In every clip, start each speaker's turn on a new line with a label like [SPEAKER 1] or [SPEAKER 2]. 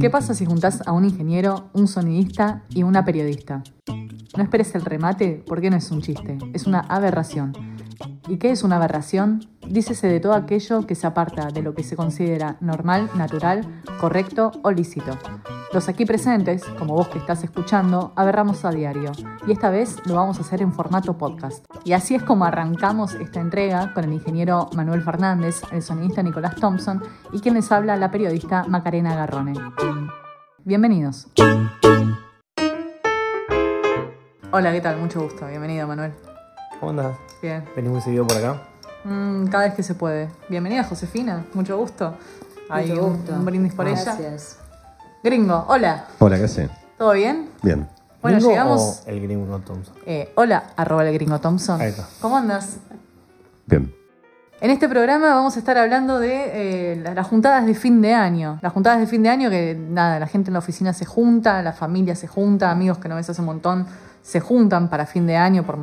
[SPEAKER 1] ¿Qué pasa si juntás a un ingeniero, un sonidista y una periodista? No esperes el remate porque no es un chiste, es una aberración. ¿Y qué es una aberración? Dícese de todo aquello que se aparta de lo que se considera normal, natural, correcto o lícito. Los aquí presentes, como vos que estás escuchando, aberramos a diario y esta vez lo vamos a hacer en formato podcast. Y así es como arrancamos esta entrega con el ingeniero Manuel Fernández, el sonidista Nicolás Thompson y quien les habla la periodista Macarena Garrone. Bienvenidos. Hola, ¿qué tal? Mucho gusto. Bienvenido, Manuel.
[SPEAKER 2] ¿Cómo andás?
[SPEAKER 1] Bien.
[SPEAKER 2] ¿Venís muy seguido por acá?
[SPEAKER 1] Mm, cada vez que se puede. Bienvenida, Josefina. Mucho gusto. Hay
[SPEAKER 3] Mucho
[SPEAKER 1] un-
[SPEAKER 3] gusto.
[SPEAKER 1] Un, brindis por ella.
[SPEAKER 3] Gracias.
[SPEAKER 1] Gringo, hola.
[SPEAKER 4] Hola, ¿qué hace?
[SPEAKER 1] ¿Todo bien?
[SPEAKER 4] Bien.
[SPEAKER 1] Bueno,
[SPEAKER 2] ¿Gringo
[SPEAKER 1] llegamos.
[SPEAKER 2] o el gringo Thompson.
[SPEAKER 1] Eh, hola, arroba el gringo Thompson.
[SPEAKER 2] Ahí está.
[SPEAKER 1] ¿Cómo andas?
[SPEAKER 4] Bien.
[SPEAKER 1] En este programa vamos a estar hablando de eh, la- las juntadas de fin de año. Las juntadas de fin de año que, nada, la gente en la oficina se junta, la familia se junta, amigos que no ves hace un montón se juntan para fin de año por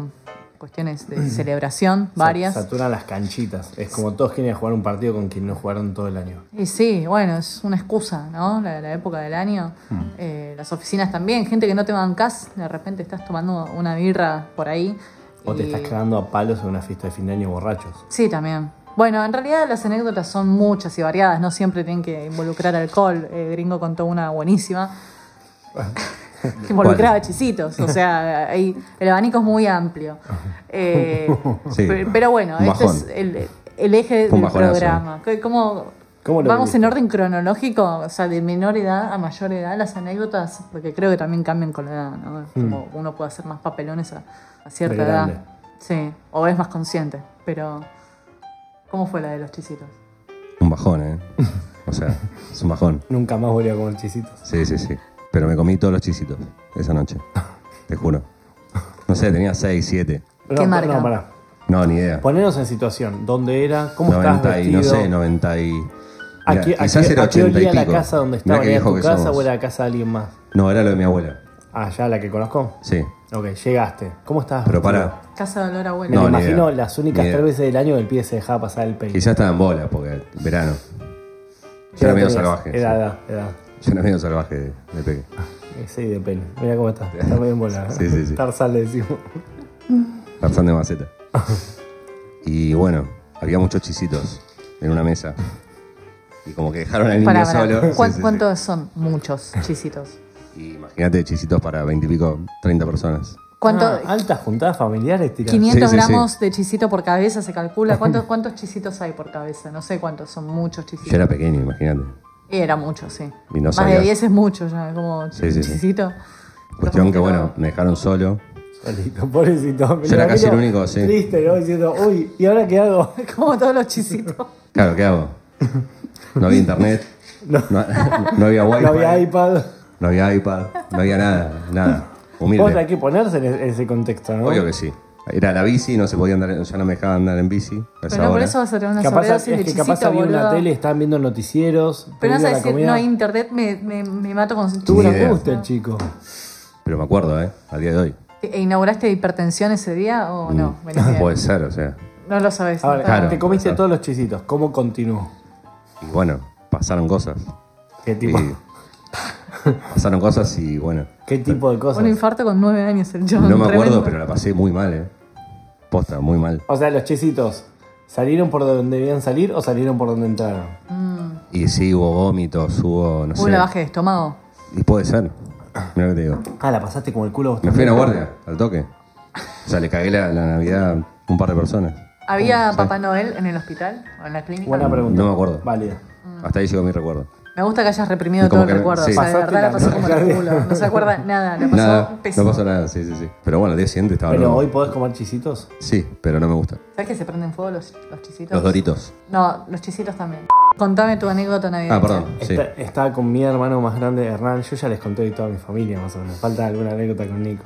[SPEAKER 1] cuestiones de celebración, varias.
[SPEAKER 2] Sa- Saturan las canchitas. Es como todos quieren jugar un partido con quien no jugaron todo el año.
[SPEAKER 1] Y sí, bueno, es una excusa, ¿no? La, la época del año.
[SPEAKER 2] Mm.
[SPEAKER 1] Eh, las oficinas también, gente que no te bancas, de repente estás tomando una birra por ahí.
[SPEAKER 2] O te
[SPEAKER 1] y-
[SPEAKER 2] estás cagando a palos en una fiesta de fin de año borrachos.
[SPEAKER 1] Sí, también. Bueno, en realidad las anécdotas son muchas y variadas, no siempre tienen que involucrar alcohol. Eh, Gringo contó una buenísima. que involucraba chisitos, o sea, ahí el abanico es muy amplio. Eh,
[SPEAKER 4] Sí.
[SPEAKER 1] pero, pero bueno,
[SPEAKER 4] Un
[SPEAKER 1] este es
[SPEAKER 4] bajón.
[SPEAKER 1] el, el eje
[SPEAKER 4] Fue
[SPEAKER 1] del
[SPEAKER 4] un bajonazo.
[SPEAKER 1] programa. Que- ¿Cómo,
[SPEAKER 2] ¿Cómo lo
[SPEAKER 1] vamos
[SPEAKER 2] viviste?
[SPEAKER 1] en orden cronológico, o sea, de menor edad a mayor edad, las anécdotas, porque creo que también cambian con la edad, ¿no? Como
[SPEAKER 4] Mm.
[SPEAKER 1] uno puede hacer más papelones a, a cierta
[SPEAKER 2] De
[SPEAKER 1] edad.
[SPEAKER 2] grande.
[SPEAKER 1] Sí, o es más consciente, pero ¿cómo fue la de los chisitos?
[SPEAKER 4] Un bajón, ¿eh? O sea, es un bajón.
[SPEAKER 2] Nunca más volví a comer chisitos.
[SPEAKER 4] Sí, sí, sí. Pero me comí todos los chisitos esa noche. Te juro. No sé, tenía 6, 7.
[SPEAKER 2] No,
[SPEAKER 1] ¿Qué
[SPEAKER 2] no,
[SPEAKER 1] marca?
[SPEAKER 2] No, pará.
[SPEAKER 4] No, ni idea.
[SPEAKER 2] Ponernos en situación. ¿Dónde era? ¿Cómo estabas
[SPEAKER 4] 90 y,
[SPEAKER 2] vestido?
[SPEAKER 4] no sé, 90 y... Mirá,
[SPEAKER 2] Aquí,
[SPEAKER 4] quizás era 80 y
[SPEAKER 2] olía
[SPEAKER 4] pico.
[SPEAKER 2] la casa donde
[SPEAKER 4] Mirá
[SPEAKER 2] estaba?
[SPEAKER 4] qué
[SPEAKER 2] ¿Era
[SPEAKER 4] viejo
[SPEAKER 2] tu
[SPEAKER 4] que
[SPEAKER 2] casa
[SPEAKER 4] somos.
[SPEAKER 2] o era la casa de alguien más?
[SPEAKER 4] No, era lo de mi abuela.
[SPEAKER 2] Ah, ya la que conozco.
[SPEAKER 4] Sí.
[SPEAKER 2] Ok, llegaste. ¿Cómo estabas?
[SPEAKER 4] Pero
[SPEAKER 2] vestido?
[SPEAKER 4] pará.
[SPEAKER 1] Casa de olor a abuela.
[SPEAKER 2] Me
[SPEAKER 4] No, ni
[SPEAKER 2] imagino
[SPEAKER 4] idea.
[SPEAKER 2] las únicas
[SPEAKER 4] Ni idea.
[SPEAKER 2] tres veces del año que el pie se dejaba pasar el pelo.
[SPEAKER 4] Quizás estaba en bola, porque verano. Yo
[SPEAKER 2] Ya
[SPEAKER 4] era medio
[SPEAKER 2] tenías
[SPEAKER 4] salvaje.
[SPEAKER 2] Edad,
[SPEAKER 4] sí.
[SPEAKER 2] edad, edad.
[SPEAKER 4] Yo era medio salvaje de, de peque.
[SPEAKER 2] Eh, Sí, de pelo. Mira cómo está. Está medio en bola.
[SPEAKER 4] Sí, sí, sí.
[SPEAKER 2] Tarzán le decimos.
[SPEAKER 4] Tarzán de maceta. Y bueno, había muchos chisitos en una mesa. Y como que dejaron al niño
[SPEAKER 1] Para, para.
[SPEAKER 4] solo. Sí,
[SPEAKER 1] ¿Cuán-
[SPEAKER 4] sí, sí.
[SPEAKER 1] ¿Cuántos son muchos chisitos?
[SPEAKER 4] Y imagínate chisitos para veintipico, treinta personas.
[SPEAKER 1] ¿Cuánto,
[SPEAKER 2] Ah, altas juntadas familiares, tira.
[SPEAKER 1] 500
[SPEAKER 4] Sí, sí, sí.
[SPEAKER 1] gramos de chisito por cabeza se calcula. ¿Cuántos, ¿Cuántos chisitos hay por cabeza? No sé cuántos, son muchos chisitos.
[SPEAKER 4] Yo era pequeño, imagínate.
[SPEAKER 1] Era mucho, sí.
[SPEAKER 4] Y no
[SPEAKER 1] Más de
[SPEAKER 4] sabías.
[SPEAKER 1] 10 es mucho ya, como
[SPEAKER 4] Sí, sí, sí.
[SPEAKER 1] chisito.
[SPEAKER 4] Cuestión que bueno, me dejaron solo.
[SPEAKER 2] Solito, pobrecito. Me
[SPEAKER 4] Yo era
[SPEAKER 2] lo
[SPEAKER 4] casi el
[SPEAKER 2] imagino
[SPEAKER 4] único, sí.
[SPEAKER 2] Triste, ¿no? Diciendo, uy, ¿y ahora qué hago?
[SPEAKER 1] Como todos los chisitos.
[SPEAKER 4] Claro, ¿qué hago? No había internet. No, no había wifi.
[SPEAKER 2] No había iPad.
[SPEAKER 4] No había iPad. No había nada, nada.
[SPEAKER 2] Vos
[SPEAKER 4] Humilde.
[SPEAKER 2] hay que ponerse en e- en ese contexto, ¿no?
[SPEAKER 4] Obvio que sí. Era la bici, no se podía andar, ya no me dejaban andar en bici. a esa
[SPEAKER 1] Pero no por
[SPEAKER 4] hora.
[SPEAKER 1] eso vas a tener una
[SPEAKER 2] Capaz,
[SPEAKER 1] sobredosis
[SPEAKER 2] es
[SPEAKER 1] de
[SPEAKER 2] que capaz
[SPEAKER 1] chisito,
[SPEAKER 2] había una
[SPEAKER 1] boludo.
[SPEAKER 2] tele, estaban viendo noticieros.
[SPEAKER 1] Pero no vas a
[SPEAKER 2] pedía la
[SPEAKER 1] decir,
[SPEAKER 2] comida.
[SPEAKER 1] no hay internet, me, me, me mato con...
[SPEAKER 2] Tuvo
[SPEAKER 4] Ni
[SPEAKER 2] una
[SPEAKER 4] idea.
[SPEAKER 2] angustia, el chico.
[SPEAKER 4] Pero me acuerdo, ¿eh? Al día de hoy.
[SPEAKER 1] ¿E ¿Inauguraste hipertensión ese día o no? Buena idea.
[SPEAKER 4] Puede ser, o sea.
[SPEAKER 1] No lo sabes.
[SPEAKER 2] Ahora,
[SPEAKER 4] Mm. Pues, Claro.
[SPEAKER 2] te comiste
[SPEAKER 4] claro.
[SPEAKER 2] todos los chisitos. ¿Cómo continuó?
[SPEAKER 4] Y bueno, pasaron cosas.
[SPEAKER 2] ¿Qué
[SPEAKER 4] Y
[SPEAKER 2] tipo,
[SPEAKER 4] pasaron cosas y bueno.
[SPEAKER 2] ¿qué tipo de cosas?
[SPEAKER 1] Un infarto con nueve años el John.
[SPEAKER 4] No me acuerdo,
[SPEAKER 1] tremendo.
[SPEAKER 4] pero la pasé muy mal, ¿eh? Posta, muy mal.
[SPEAKER 2] O sea, los chisitos, ¿salieron por donde debían salir o salieron por donde entraron?
[SPEAKER 4] Y sí, hubo vómitos, hubo, no
[SPEAKER 1] Hubo una
[SPEAKER 4] sé.
[SPEAKER 1] baja de estómago.
[SPEAKER 4] Y puede ser. Mira que te digo.
[SPEAKER 2] Ah, la pasaste como el culo vos
[SPEAKER 4] Me fui a una guardia, al toque. O sea, le cagué la, la Navidad a un par de personas. Mm,
[SPEAKER 1] ¿Había Papá Noel en el hospital o en la clínica?
[SPEAKER 2] Buena pregunta.
[SPEAKER 4] No me acuerdo.
[SPEAKER 2] Válida.
[SPEAKER 1] Mm.
[SPEAKER 4] Hasta ahí llegó mi recuerdo.
[SPEAKER 1] Me gusta que hayas reprimido
[SPEAKER 4] Y como
[SPEAKER 1] todo el
[SPEAKER 4] que-
[SPEAKER 1] recuerdo.
[SPEAKER 4] sí.
[SPEAKER 1] O sea, de
[SPEAKER 2] Pasaste
[SPEAKER 1] verdad la
[SPEAKER 2] la
[SPEAKER 1] pasó como el
[SPEAKER 2] mejor
[SPEAKER 1] culo. No se acuerda nada. La pasó
[SPEAKER 4] Nada,
[SPEAKER 1] pésimo.
[SPEAKER 4] no pasó nada, sí, sí, sí. Pero bueno, el día siguiente estaba
[SPEAKER 2] Pero
[SPEAKER 4] nuevo.
[SPEAKER 2] hoy podés comer chisitos.
[SPEAKER 4] Sí, pero no me gusta.
[SPEAKER 1] ¿Sabes que se prenden fuego los, los chisitos?
[SPEAKER 4] Los doritos.
[SPEAKER 1] No, los chisitos también. Contame tu anécdota navideña.
[SPEAKER 4] Ah, perdón, sí.
[SPEAKER 2] Está- estaba con mi hermano más grande, Hernán. Yo ya les conté de toda mi familia, más o menos. Falta alguna anécdota con Nico.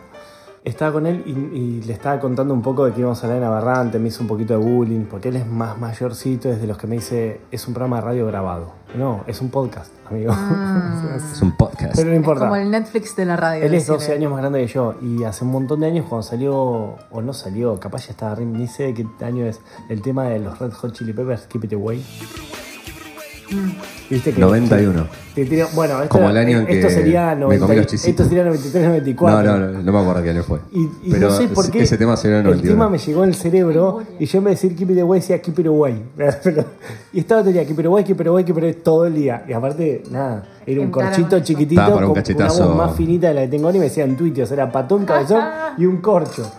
[SPEAKER 2] Estaba con él y, y le estaba contando un poco de que íbamos a hablar en Aberrante. Me hizo un poquito de bullying, porque él es más mayorcito, es de los que me dice, es un programa de radio grabado. No, es un podcast, amigo.
[SPEAKER 4] Es un podcast.
[SPEAKER 2] Pero no
[SPEAKER 1] Es
[SPEAKER 2] importa.
[SPEAKER 1] Ah. como el Netflix de la radio.
[SPEAKER 2] Él es
[SPEAKER 1] decirle.
[SPEAKER 2] 12 años más grande que yo y hace un montón de años cuando salió, o no salió, capaz ya estaba, re- ni sé de qué año es, el tema de los Red Hot Chili Peppers, Keep It Away. Viste que-
[SPEAKER 4] 91.
[SPEAKER 2] que tiene- bueno, esto,
[SPEAKER 4] Como el año en que
[SPEAKER 2] esto sería
[SPEAKER 4] me comí los
[SPEAKER 2] 90,
[SPEAKER 4] chisitos.
[SPEAKER 2] esto sería 93,
[SPEAKER 4] No,
[SPEAKER 2] 94.
[SPEAKER 4] no, no, no me acuerdo qué año fue.
[SPEAKER 2] Y, y
[SPEAKER 4] Pero
[SPEAKER 2] no sé por
[SPEAKER 4] ese-
[SPEAKER 2] qué
[SPEAKER 4] ese tema se dio en el
[SPEAKER 2] el tema
[SPEAKER 4] 91.
[SPEAKER 2] me llegó al cerebro y yo en vez de decir Keep It Away decía Keep It Away. Pero- y estaba tenía Keep It Away, Keep It Away, Keep It Away todo el día. Y aparte, nada, era un
[SPEAKER 3] En cara,
[SPEAKER 2] corchito
[SPEAKER 3] macho.
[SPEAKER 2] chiquitito
[SPEAKER 4] Estaba para un
[SPEAKER 2] con
[SPEAKER 4] cachetazo.
[SPEAKER 2] una voz más finita de la que tengo ahora y me decían tuiteos. era patón, cabezón y un corcho.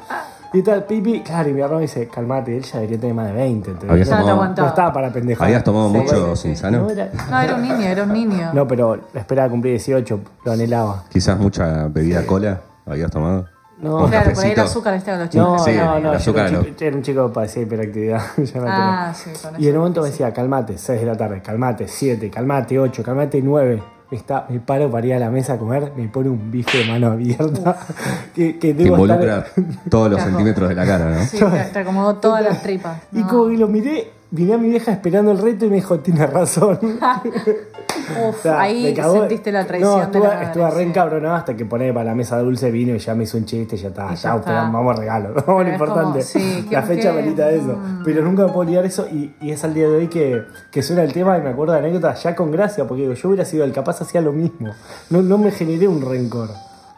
[SPEAKER 2] Y tal, pipi, claro, y mi hermano me dice, calmate, él ya debería tener más de 20. ¿entendés?
[SPEAKER 4] Habías
[SPEAKER 3] Ya te
[SPEAKER 4] tomado-
[SPEAKER 2] No
[SPEAKER 3] aguantaba.
[SPEAKER 2] estaba para pendejar.
[SPEAKER 4] ¿Habías tomado
[SPEAKER 1] Sí,
[SPEAKER 4] mucho
[SPEAKER 1] sí, sí.
[SPEAKER 4] Cinsano?
[SPEAKER 2] No, era-
[SPEAKER 1] No, era un niño, era un niño.
[SPEAKER 2] no, pero esperaba cumplir 18, lo anhelaba.
[SPEAKER 4] Quizás mucha bebida cola habías tomado.
[SPEAKER 2] No.
[SPEAKER 4] ¿O un
[SPEAKER 1] claro, por ahí el
[SPEAKER 4] cafecito?
[SPEAKER 1] azúcar este de los chicos.
[SPEAKER 2] No,
[SPEAKER 4] Sí,
[SPEAKER 2] no,
[SPEAKER 4] el
[SPEAKER 2] no, yo
[SPEAKER 4] azúcar
[SPEAKER 2] era
[SPEAKER 4] no.
[SPEAKER 2] un chico, era un chico que padecía hiperactividad. ya no
[SPEAKER 1] ah, sí, con
[SPEAKER 2] Y
[SPEAKER 1] eso.
[SPEAKER 2] en un momento me decía, calmate, 6 de la tarde, calmate, 7, calmate, 8, calmate, 9. Me, está, me paro para ir a la mesa a comer, me pone un bife de mano abierta. que, que
[SPEAKER 4] Que
[SPEAKER 2] debo
[SPEAKER 4] involucra
[SPEAKER 2] estar.
[SPEAKER 4] todos los
[SPEAKER 1] Claro.
[SPEAKER 4] centímetros de la cara, ¿no?
[SPEAKER 1] Sí, te, te acomodó todas las tripas.
[SPEAKER 2] Y
[SPEAKER 1] ¿no?
[SPEAKER 2] como que lo miré, miré a mi vieja esperando el reto y me dijo, tiene razón. O
[SPEAKER 1] Uf,
[SPEAKER 2] sea, me
[SPEAKER 1] ahí
[SPEAKER 2] cagó.
[SPEAKER 1] sentiste la traición
[SPEAKER 2] No, estuve,
[SPEAKER 1] de la madre,
[SPEAKER 2] estuve re
[SPEAKER 1] sí.
[SPEAKER 2] encabronado hasta que poné para la mesa dulce vino y ya me hizo un chiste y ya está.
[SPEAKER 1] Y
[SPEAKER 2] ya,
[SPEAKER 1] ya
[SPEAKER 2] usted,
[SPEAKER 1] está.
[SPEAKER 2] vamos regalo. Vamos a lo
[SPEAKER 1] es como,
[SPEAKER 2] importante.
[SPEAKER 1] sí, qué
[SPEAKER 2] la fecha
[SPEAKER 1] mujer, Mm.
[SPEAKER 2] bonita de eso. Pero nunca me puedo olvidar eso y, y es al día de hoy que, que suena el tema y me acuerdo de anécdota ya con gracia porque digo, yo hubiera sido el capaz hacía lo mismo. No, no me generé un rencor.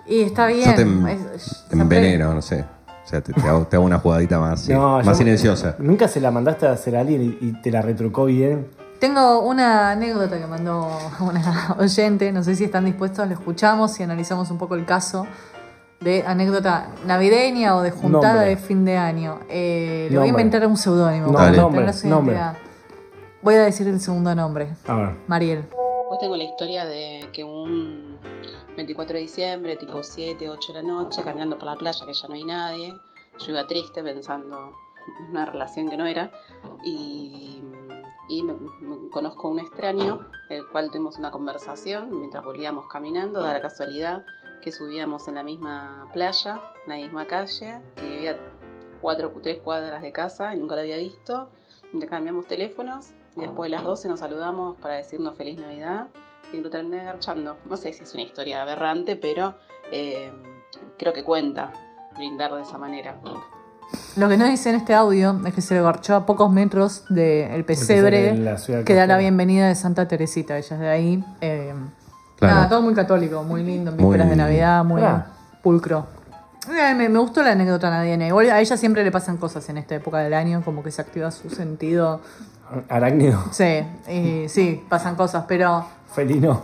[SPEAKER 1] Y está bien.
[SPEAKER 4] Yo te, en-
[SPEAKER 1] es-
[SPEAKER 4] te enveneno, no sé. O sea, te, te hago, te hago una jugadita más, sí,
[SPEAKER 2] No,
[SPEAKER 4] más
[SPEAKER 2] yo-
[SPEAKER 4] silenciosa.
[SPEAKER 2] Nunca se la mandaste a hacer a alguien y, y te la retrucó bien.
[SPEAKER 1] Tengo una anécdota que mandó una oyente, no sé si están dispuestos, lo escuchamos y analizamos un poco el caso de anécdota navideña o de juntada
[SPEAKER 2] Nombre.
[SPEAKER 1] de fin de año. Eh, le voy
[SPEAKER 2] Nombre.
[SPEAKER 1] a inventar un seudónimo
[SPEAKER 2] No,
[SPEAKER 1] para
[SPEAKER 4] Dale.
[SPEAKER 1] mantener
[SPEAKER 2] nombre,
[SPEAKER 1] su
[SPEAKER 2] nombre.
[SPEAKER 1] identidad. Voy a decir el segundo nombre,
[SPEAKER 2] A ver.
[SPEAKER 1] Mariel.
[SPEAKER 5] Yo tengo la historia de que un 24 de diciembre, tipo 7, 8 de la noche, caminando por la playa, que ya no hay nadie, yo iba triste pensando en una relación que no era, y, y me, me conozco a un extraño, el cual tuvimos una conversación mientras volvíamos caminando, da la casualidad que subíamos en la misma playa, en la misma calle, que vivía cuatro, tres cuadras de casa y nunca la había visto, intercambiamos teléfonos y después de las 12 nos saludamos para decirnos feliz Navidad y lo terminé agarchando. No sé si es una historia aberrante, pero eh, creo que cuenta brindar de esa manera.
[SPEAKER 1] Lo que no dice en este audio es que se le garchó a pocos metros del
[SPEAKER 2] Empezar en
[SPEAKER 1] pesebre
[SPEAKER 2] la ciudad
[SPEAKER 1] que da la
[SPEAKER 2] costera.
[SPEAKER 1] bienvenida de Santa Teresita. Ella es de ahí. eh,
[SPEAKER 4] Claro.
[SPEAKER 1] Nada, todo muy católico, muy lindo, en
[SPEAKER 4] Muy-
[SPEAKER 1] vísperas de Navidad, muy
[SPEAKER 2] Ah.
[SPEAKER 1] pulcro. Eh, me, me gustó la anécdota navideña. Igual a ella siempre le pasan cosas en esta época del año, como que se activa su sentido.
[SPEAKER 2] Arácnido,
[SPEAKER 1] Sí, y sí, pasan cosas, pero
[SPEAKER 2] felino.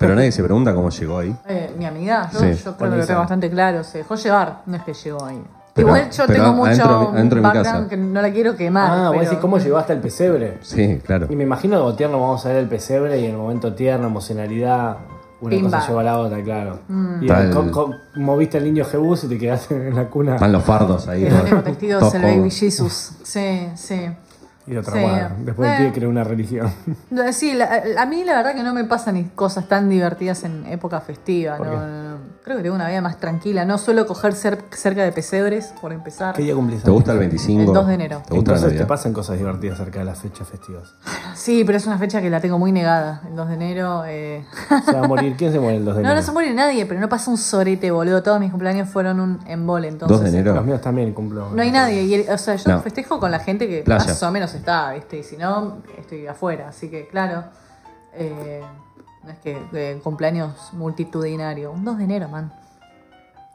[SPEAKER 4] Pero nadie se pregunta cómo llegó ahí.
[SPEAKER 1] eh, mi amiga, yo,
[SPEAKER 4] Sí,
[SPEAKER 1] yo creo que lo
[SPEAKER 2] buenísimo.
[SPEAKER 1] tengo bastante claro, se dejó llevar, no es que llegó ahí.
[SPEAKER 4] Pero-
[SPEAKER 1] Igual yo
[SPEAKER 4] pero
[SPEAKER 1] tengo mucho
[SPEAKER 4] adentro- adentro de mi
[SPEAKER 1] background
[SPEAKER 4] casa.
[SPEAKER 1] que no la quiero quemar.
[SPEAKER 2] Ah, vos
[SPEAKER 1] pero-
[SPEAKER 2] decís, ¿cómo llegó hasta el pesebre?
[SPEAKER 4] Sí, claro.
[SPEAKER 2] Y me imagino lo tierno vamos a ver el pesebre y el momento tierno, emocionalidad, una
[SPEAKER 1] Pimba. Mm.
[SPEAKER 2] cosa lleva a la otra, claro. Y
[SPEAKER 4] Tal-
[SPEAKER 2] co- co- moviste al niño Jebus y te quedaste en la cuna
[SPEAKER 4] Están los fardos ahí.
[SPEAKER 1] Que
[SPEAKER 4] todos-
[SPEAKER 1] no tengo testigos,
[SPEAKER 4] todos
[SPEAKER 1] el baby
[SPEAKER 4] pobres.
[SPEAKER 1] Jesus. Sí, sí.
[SPEAKER 2] y otra
[SPEAKER 1] Sí.
[SPEAKER 2] traumaron. Después el
[SPEAKER 1] Eh.
[SPEAKER 2] pibe creó una religión.
[SPEAKER 1] No, Sí, la- a mí la verdad que no me pasan ni cosas tan divertidas en época festiva.
[SPEAKER 2] ¿Por
[SPEAKER 1] no,
[SPEAKER 2] qué?
[SPEAKER 1] no, no. Creo que tengo una vida más tranquila. No suelo coger cer- cerca de pesebres, por empezar.
[SPEAKER 2] ¿Qué día cumplís?
[SPEAKER 4] ¿Te gusta el
[SPEAKER 2] años?
[SPEAKER 4] 25?
[SPEAKER 1] El 2 de
[SPEAKER 4] ¿Te
[SPEAKER 1] enero.
[SPEAKER 4] gusta la
[SPEAKER 2] Entonces te
[SPEAKER 4] Navidad?
[SPEAKER 2] pasan cosas divertidas cerca de las fechas festivas.
[SPEAKER 1] Sí, pero es una fecha que la tengo muy negada. El 2 de enero. eh.
[SPEAKER 2] Se va a morir. ¿Quién se muere el 2 de
[SPEAKER 1] no,
[SPEAKER 2] enero?
[SPEAKER 1] no se muere nadie, pero no pasa un sorete, boludo. Todos mis cumpleaños fueron un embole, entonces.
[SPEAKER 4] 2 de
[SPEAKER 2] Los
[SPEAKER 4] enero.
[SPEAKER 2] míos también cumplo.
[SPEAKER 1] No hay nadie. Y el- o sea, yo
[SPEAKER 4] No.
[SPEAKER 1] festejo con la gente que
[SPEAKER 4] Playa.
[SPEAKER 1] más o menos está, ¿viste? Y si no, estoy afuera. Así que, claro, eh, no es que eh, cumpleaños multitudinario. Un 2 de enero, man.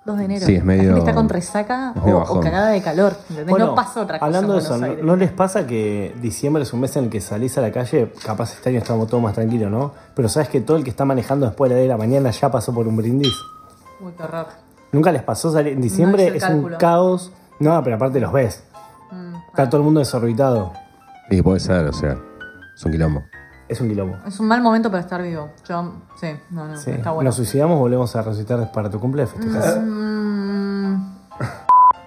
[SPEAKER 1] 2 de enero.
[SPEAKER 4] Sí, es medio-
[SPEAKER 1] La gente está con resaca
[SPEAKER 4] es
[SPEAKER 1] o,
[SPEAKER 4] medio
[SPEAKER 1] o
[SPEAKER 4] bajón.
[SPEAKER 1] cagada de calor. ¿entendés?
[SPEAKER 2] Bueno,
[SPEAKER 1] no pasa otra cosa.
[SPEAKER 2] Hablando de
[SPEAKER 1] en
[SPEAKER 2] eso,
[SPEAKER 1] Buenos
[SPEAKER 2] ¿no,
[SPEAKER 1] Aires.
[SPEAKER 2] no les pasa que diciembre es un mes en el que salís a la calle? Capaz este año estamos todos más tranquilos, ¿no? Pero sabes que todo el que está manejando después de la 10 de la mañana ya pasó por un brindis.
[SPEAKER 1] Uy, qué horror.
[SPEAKER 2] ¿Nunca les pasó salir? En diciembre
[SPEAKER 1] No hice el
[SPEAKER 2] es un
[SPEAKER 1] cálculo. Mm,
[SPEAKER 2] caos. No, pero aparte los ves. Está todo el mundo desorbitado.
[SPEAKER 4] Sí, puede ser, o sea, es un quilombo.
[SPEAKER 2] Es un quilombo.
[SPEAKER 1] Es un mal momento para estar vivo. Yo, sí, no, no,
[SPEAKER 2] Sí.
[SPEAKER 1] está bueno.
[SPEAKER 2] Nos suicidamos, volvemos a resucitar para tu cumple de festejas.
[SPEAKER 1] Mm,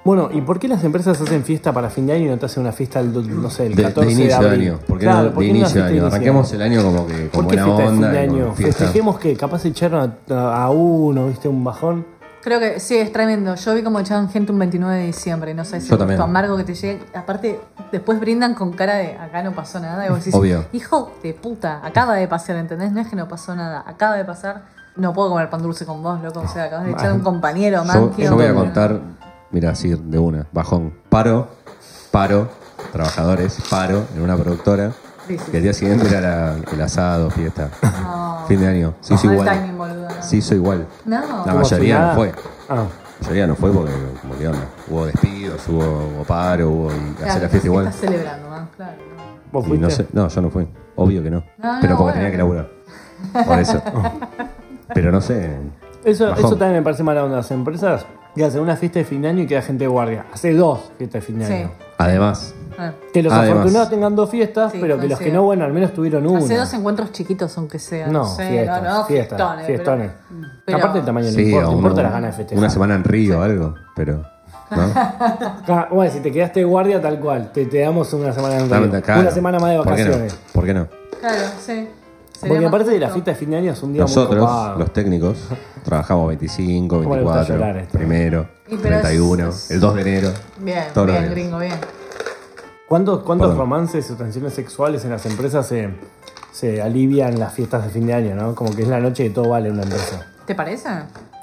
[SPEAKER 2] Bueno, ¿y por qué las empresas hacen fiesta para fin de año y no te hacen una fiesta el, do- no sé, el
[SPEAKER 4] De,
[SPEAKER 2] 14
[SPEAKER 4] de
[SPEAKER 2] de,
[SPEAKER 4] inicio de,
[SPEAKER 2] abril?
[SPEAKER 4] año. ¿Por qué
[SPEAKER 2] Claro,
[SPEAKER 4] no
[SPEAKER 2] ¿por
[SPEAKER 4] de
[SPEAKER 2] qué no
[SPEAKER 4] inicio de
[SPEAKER 2] la fiesta
[SPEAKER 4] año?
[SPEAKER 2] de
[SPEAKER 4] Arranquemos el año como que con
[SPEAKER 2] ¿Por qué
[SPEAKER 4] buena
[SPEAKER 2] fiesta de fin de
[SPEAKER 4] onda. y
[SPEAKER 2] año?
[SPEAKER 4] con fiesta.
[SPEAKER 2] Festejemos que capaz echaron a, a- a uno, viste, un bajón.
[SPEAKER 1] Creo que sí, es tremendo. Yo vi como echaban gente un 29 de diciembre, no sé si
[SPEAKER 4] Yo
[SPEAKER 1] es
[SPEAKER 4] también.
[SPEAKER 1] gusto amargo que te llegue. Aparte, después brindan con cara de acá no pasó nada. Y vos decís,
[SPEAKER 4] Obvio.
[SPEAKER 1] hijo de puta, acaba de pasar, ¿entendés? No es que no pasó nada, acaba de pasar. No puedo comer pan dulce con vos, loco. O sea, acabas de echar a un compañero, man.
[SPEAKER 4] Ah. Yo,
[SPEAKER 1] qué
[SPEAKER 4] yo voy a
[SPEAKER 1] horror.
[SPEAKER 4] contar, mira, así de una, bajón. Paro, paro, trabajadores, paro en una productora.
[SPEAKER 1] Sí, sí.
[SPEAKER 4] Y al día siguiente era la- el asado, fiesta.
[SPEAKER 1] No.
[SPEAKER 4] Fin de año. Se hizo
[SPEAKER 1] Mal
[SPEAKER 4] igual.
[SPEAKER 1] timing, boludo. no.
[SPEAKER 4] Se hizo igual.
[SPEAKER 1] No.
[SPEAKER 4] La mayoría no fue.
[SPEAKER 2] Ah,
[SPEAKER 4] La mayoría no fue porque, como que onda, Hubo despidos, hubo, hubo paro, hubo y
[SPEAKER 1] Claro,
[SPEAKER 4] hacer la
[SPEAKER 1] estás-
[SPEAKER 4] fiesta igual.
[SPEAKER 1] Estás celebrando, ¿no? claro. no.
[SPEAKER 2] vos
[SPEAKER 4] Y
[SPEAKER 2] fuiste.
[SPEAKER 4] no, sé- no, yo no fui. Obvio que no.
[SPEAKER 1] No, no,
[SPEAKER 4] pero porque
[SPEAKER 1] Ah, bueno.
[SPEAKER 4] tenía que laburar. Por eso. pero no sé.
[SPEAKER 2] Eso,
[SPEAKER 4] Bajón.
[SPEAKER 2] eso también me parece mala onda. Las empresas que hacen una fiesta de fin de año y queda gente de guardia. Hace dos fiestas de fin de
[SPEAKER 1] Sí.
[SPEAKER 2] año.
[SPEAKER 4] Además,
[SPEAKER 1] Bueno,
[SPEAKER 2] Que los
[SPEAKER 4] Además.
[SPEAKER 2] afortunados tengan dos fiestas,
[SPEAKER 1] Sí,
[SPEAKER 2] pero que los que
[SPEAKER 1] coincido.
[SPEAKER 2] no, bueno, al menos tuvieron una.
[SPEAKER 1] Hace dos encuentros chiquitos, aunque sea.
[SPEAKER 2] No,
[SPEAKER 1] No, sé,
[SPEAKER 2] fiestas,
[SPEAKER 1] no, no,
[SPEAKER 2] fiestas,
[SPEAKER 1] fiestones.
[SPEAKER 2] fiestones.
[SPEAKER 1] pero- Pero,
[SPEAKER 2] Aparte el tamaño no
[SPEAKER 4] sí,
[SPEAKER 2] importa,
[SPEAKER 4] o
[SPEAKER 2] importa
[SPEAKER 4] una-
[SPEAKER 2] las ganas de festejar.
[SPEAKER 4] Una semana en Río o algo, pero. ¿no?
[SPEAKER 2] Ah, bueno, si te quedaste de guardia, tal cual. Te, te damos una semana en
[SPEAKER 4] Claro,
[SPEAKER 2] Río.
[SPEAKER 4] claro.
[SPEAKER 2] Una semana más de
[SPEAKER 4] ¿Por qué no?
[SPEAKER 2] vacaciones.
[SPEAKER 4] ¿Por qué no?
[SPEAKER 1] Claro, sí. Sería
[SPEAKER 2] Porque
[SPEAKER 1] más
[SPEAKER 2] aparte de la
[SPEAKER 1] justo.
[SPEAKER 2] fiesta de fin de año es un día muy
[SPEAKER 4] Nosotros,
[SPEAKER 2] copado.
[SPEAKER 4] los técnicos, trabajamos 25,
[SPEAKER 2] ¿Cómo le gusta
[SPEAKER 4] 24,
[SPEAKER 2] llorar a este?
[SPEAKER 4] primero,
[SPEAKER 1] Y pero es-
[SPEAKER 4] 31, el 2 de enero.
[SPEAKER 1] Bien,
[SPEAKER 4] todos los
[SPEAKER 1] bien,
[SPEAKER 4] días.
[SPEAKER 1] gringo, bien.
[SPEAKER 2] ¿Cuántos, cuántos
[SPEAKER 4] Perdón.
[SPEAKER 2] romances o tensiones sexuales en las empresas se, se alivian las fiestas de fin de año, no? Como que es la noche de todo vale en una empresa.
[SPEAKER 1] ¿Te parece?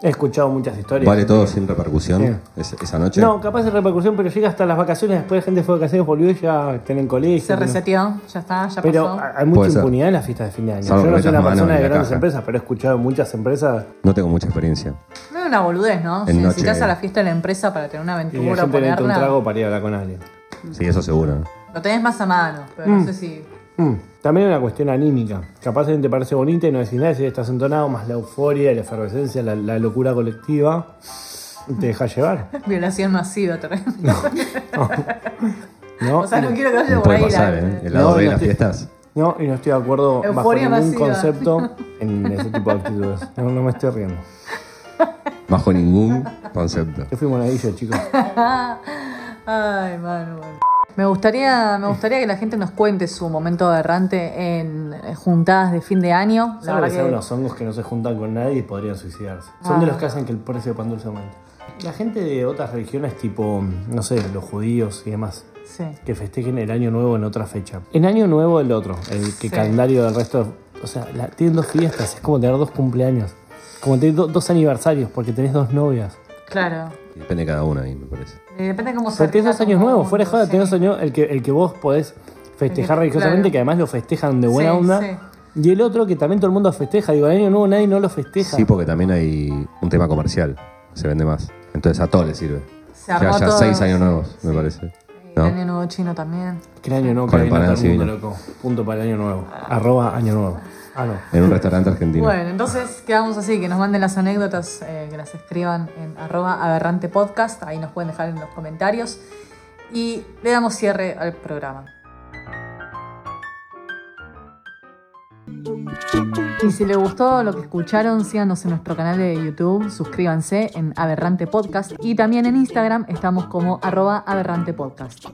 [SPEAKER 2] He escuchado muchas historias.
[SPEAKER 4] ¿Vale todo sin repercusión es- esa noche?
[SPEAKER 2] No, capaz es repercusión, pero llega hasta las vacaciones, después la gente fue de vacaciones, volvió y ya están en colegio.
[SPEAKER 1] Se
[SPEAKER 2] tienen-
[SPEAKER 1] reseteó, ya está, ya
[SPEAKER 2] Pero ah.
[SPEAKER 1] pasó.
[SPEAKER 2] hay mucha
[SPEAKER 4] Puede ser.
[SPEAKER 2] impunidad en las fiestas de fin de año.
[SPEAKER 4] Salvo que
[SPEAKER 2] Yo no soy
[SPEAKER 4] metas
[SPEAKER 2] una
[SPEAKER 4] mano
[SPEAKER 2] persona
[SPEAKER 4] en
[SPEAKER 2] de
[SPEAKER 4] la
[SPEAKER 2] grandes
[SPEAKER 4] caja.
[SPEAKER 2] empresas, pero he escuchado muchas empresas
[SPEAKER 4] No tengo mucha experiencia.
[SPEAKER 1] No es una boludez, ¿no?
[SPEAKER 4] En
[SPEAKER 1] Si necesitas
[SPEAKER 4] noche-
[SPEAKER 1] a la fiesta de la empresa para tener una
[SPEAKER 2] y la
[SPEAKER 1] aventura,
[SPEAKER 2] gente le entra un
[SPEAKER 1] ponerla.
[SPEAKER 2] trago para ir a hablar con alguien.
[SPEAKER 4] Sí, eso seguro.
[SPEAKER 1] Lo tenés más a mano, pero no sé si.
[SPEAKER 2] Mm, También hay una cuestión anímica. Capaz alguien te parece bonita y no decís nada, si estás entonado, más la euforia, la efervescencia, la, la locura colectiva, y te deja llevar.
[SPEAKER 1] Violación masiva, terrible.
[SPEAKER 2] ¿no?
[SPEAKER 1] o sea, no quiero que vaya
[SPEAKER 4] No
[SPEAKER 1] por
[SPEAKER 4] puede
[SPEAKER 1] ahí la-
[SPEAKER 4] pasar, ¿eh? El
[SPEAKER 2] No,
[SPEAKER 4] lado B de
[SPEAKER 2] no
[SPEAKER 4] las
[SPEAKER 2] te-
[SPEAKER 4] fiestas.
[SPEAKER 2] No, y no estoy de acuerdo bajo
[SPEAKER 1] Euforia
[SPEAKER 2] ningún
[SPEAKER 1] masiva.
[SPEAKER 2] concepto en ese tipo de actitudes. No, no me estoy riendo.
[SPEAKER 4] Bajo ningún concepto.
[SPEAKER 2] Yo fui monaguillo, chicos.
[SPEAKER 4] ¿eh?
[SPEAKER 1] Ay, mano. bueno. Me gustaría, me gustaría que la gente nos cuente su momento aberrante en eh, juntadas de fin de año. La
[SPEAKER 2] Saben que
[SPEAKER 1] verdad
[SPEAKER 2] son
[SPEAKER 1] que-
[SPEAKER 2] unos hongos que no se juntan con nadie y podrían suicidarse. Son
[SPEAKER 1] Ah.
[SPEAKER 2] de los que hacen que el precio de pan dulce aumente. La gente de otras religiones, tipo, no sé, los judíos y demás,
[SPEAKER 1] Sí.
[SPEAKER 2] que festejen el año nuevo en otra fecha. En año nuevo el otro, el
[SPEAKER 1] Sí.
[SPEAKER 2] que calendario del resto. O sea, la- tienen dos fiestas, es como tener dos cumpleaños. Como tener do- dos aniversarios, porque tenés dos novias.
[SPEAKER 1] Claro.
[SPEAKER 4] Depende de cada uno ahí, me parece.
[SPEAKER 1] Eh, Depende de cómo se
[SPEAKER 2] Pero tenés dos
[SPEAKER 1] arregla
[SPEAKER 2] años
[SPEAKER 1] todo el
[SPEAKER 2] nuevos, fuera de
[SPEAKER 1] mundo,
[SPEAKER 2] joda,
[SPEAKER 1] sí.
[SPEAKER 2] tenés dos años- el que, el que vos podés festejar
[SPEAKER 1] Claro.
[SPEAKER 2] religiosamente, que además lo festejan de buena
[SPEAKER 1] Sí,
[SPEAKER 2] onda.
[SPEAKER 1] sí.
[SPEAKER 2] Y el otro que también todo el mundo festeja. Digo, el año nuevo nadie no lo festeja.
[SPEAKER 4] Sí, porque también hay un tema comercial. Se vende más. Entonces a todo le sirve.
[SPEAKER 1] Se
[SPEAKER 4] Ya,
[SPEAKER 1] armó
[SPEAKER 4] ya
[SPEAKER 1] todo.
[SPEAKER 4] seis años nuevos, me parece.
[SPEAKER 1] El
[SPEAKER 4] ¿No?
[SPEAKER 1] año nuevo chino también.
[SPEAKER 2] Que el año nuevo
[SPEAKER 4] Con
[SPEAKER 2] que viene a todo
[SPEAKER 4] empanadas
[SPEAKER 2] el mundo,
[SPEAKER 4] y
[SPEAKER 2] loco. Punto para el año nuevo. Arroba año nuevo. Ah, no.
[SPEAKER 4] En un restaurante argentino.
[SPEAKER 1] Bueno, entonces quedamos así, que nos manden las anécdotas, eh, que las escriban en arroba aberrante podcast, ahí nos pueden dejar en los comentarios. Y le damos cierre al programa. Y si les gustó lo que escucharon, síganos en nuestro canal de YouTube, suscríbanse en Aberrante Podcast y también en Instagram estamos como arroba aberrante podcast.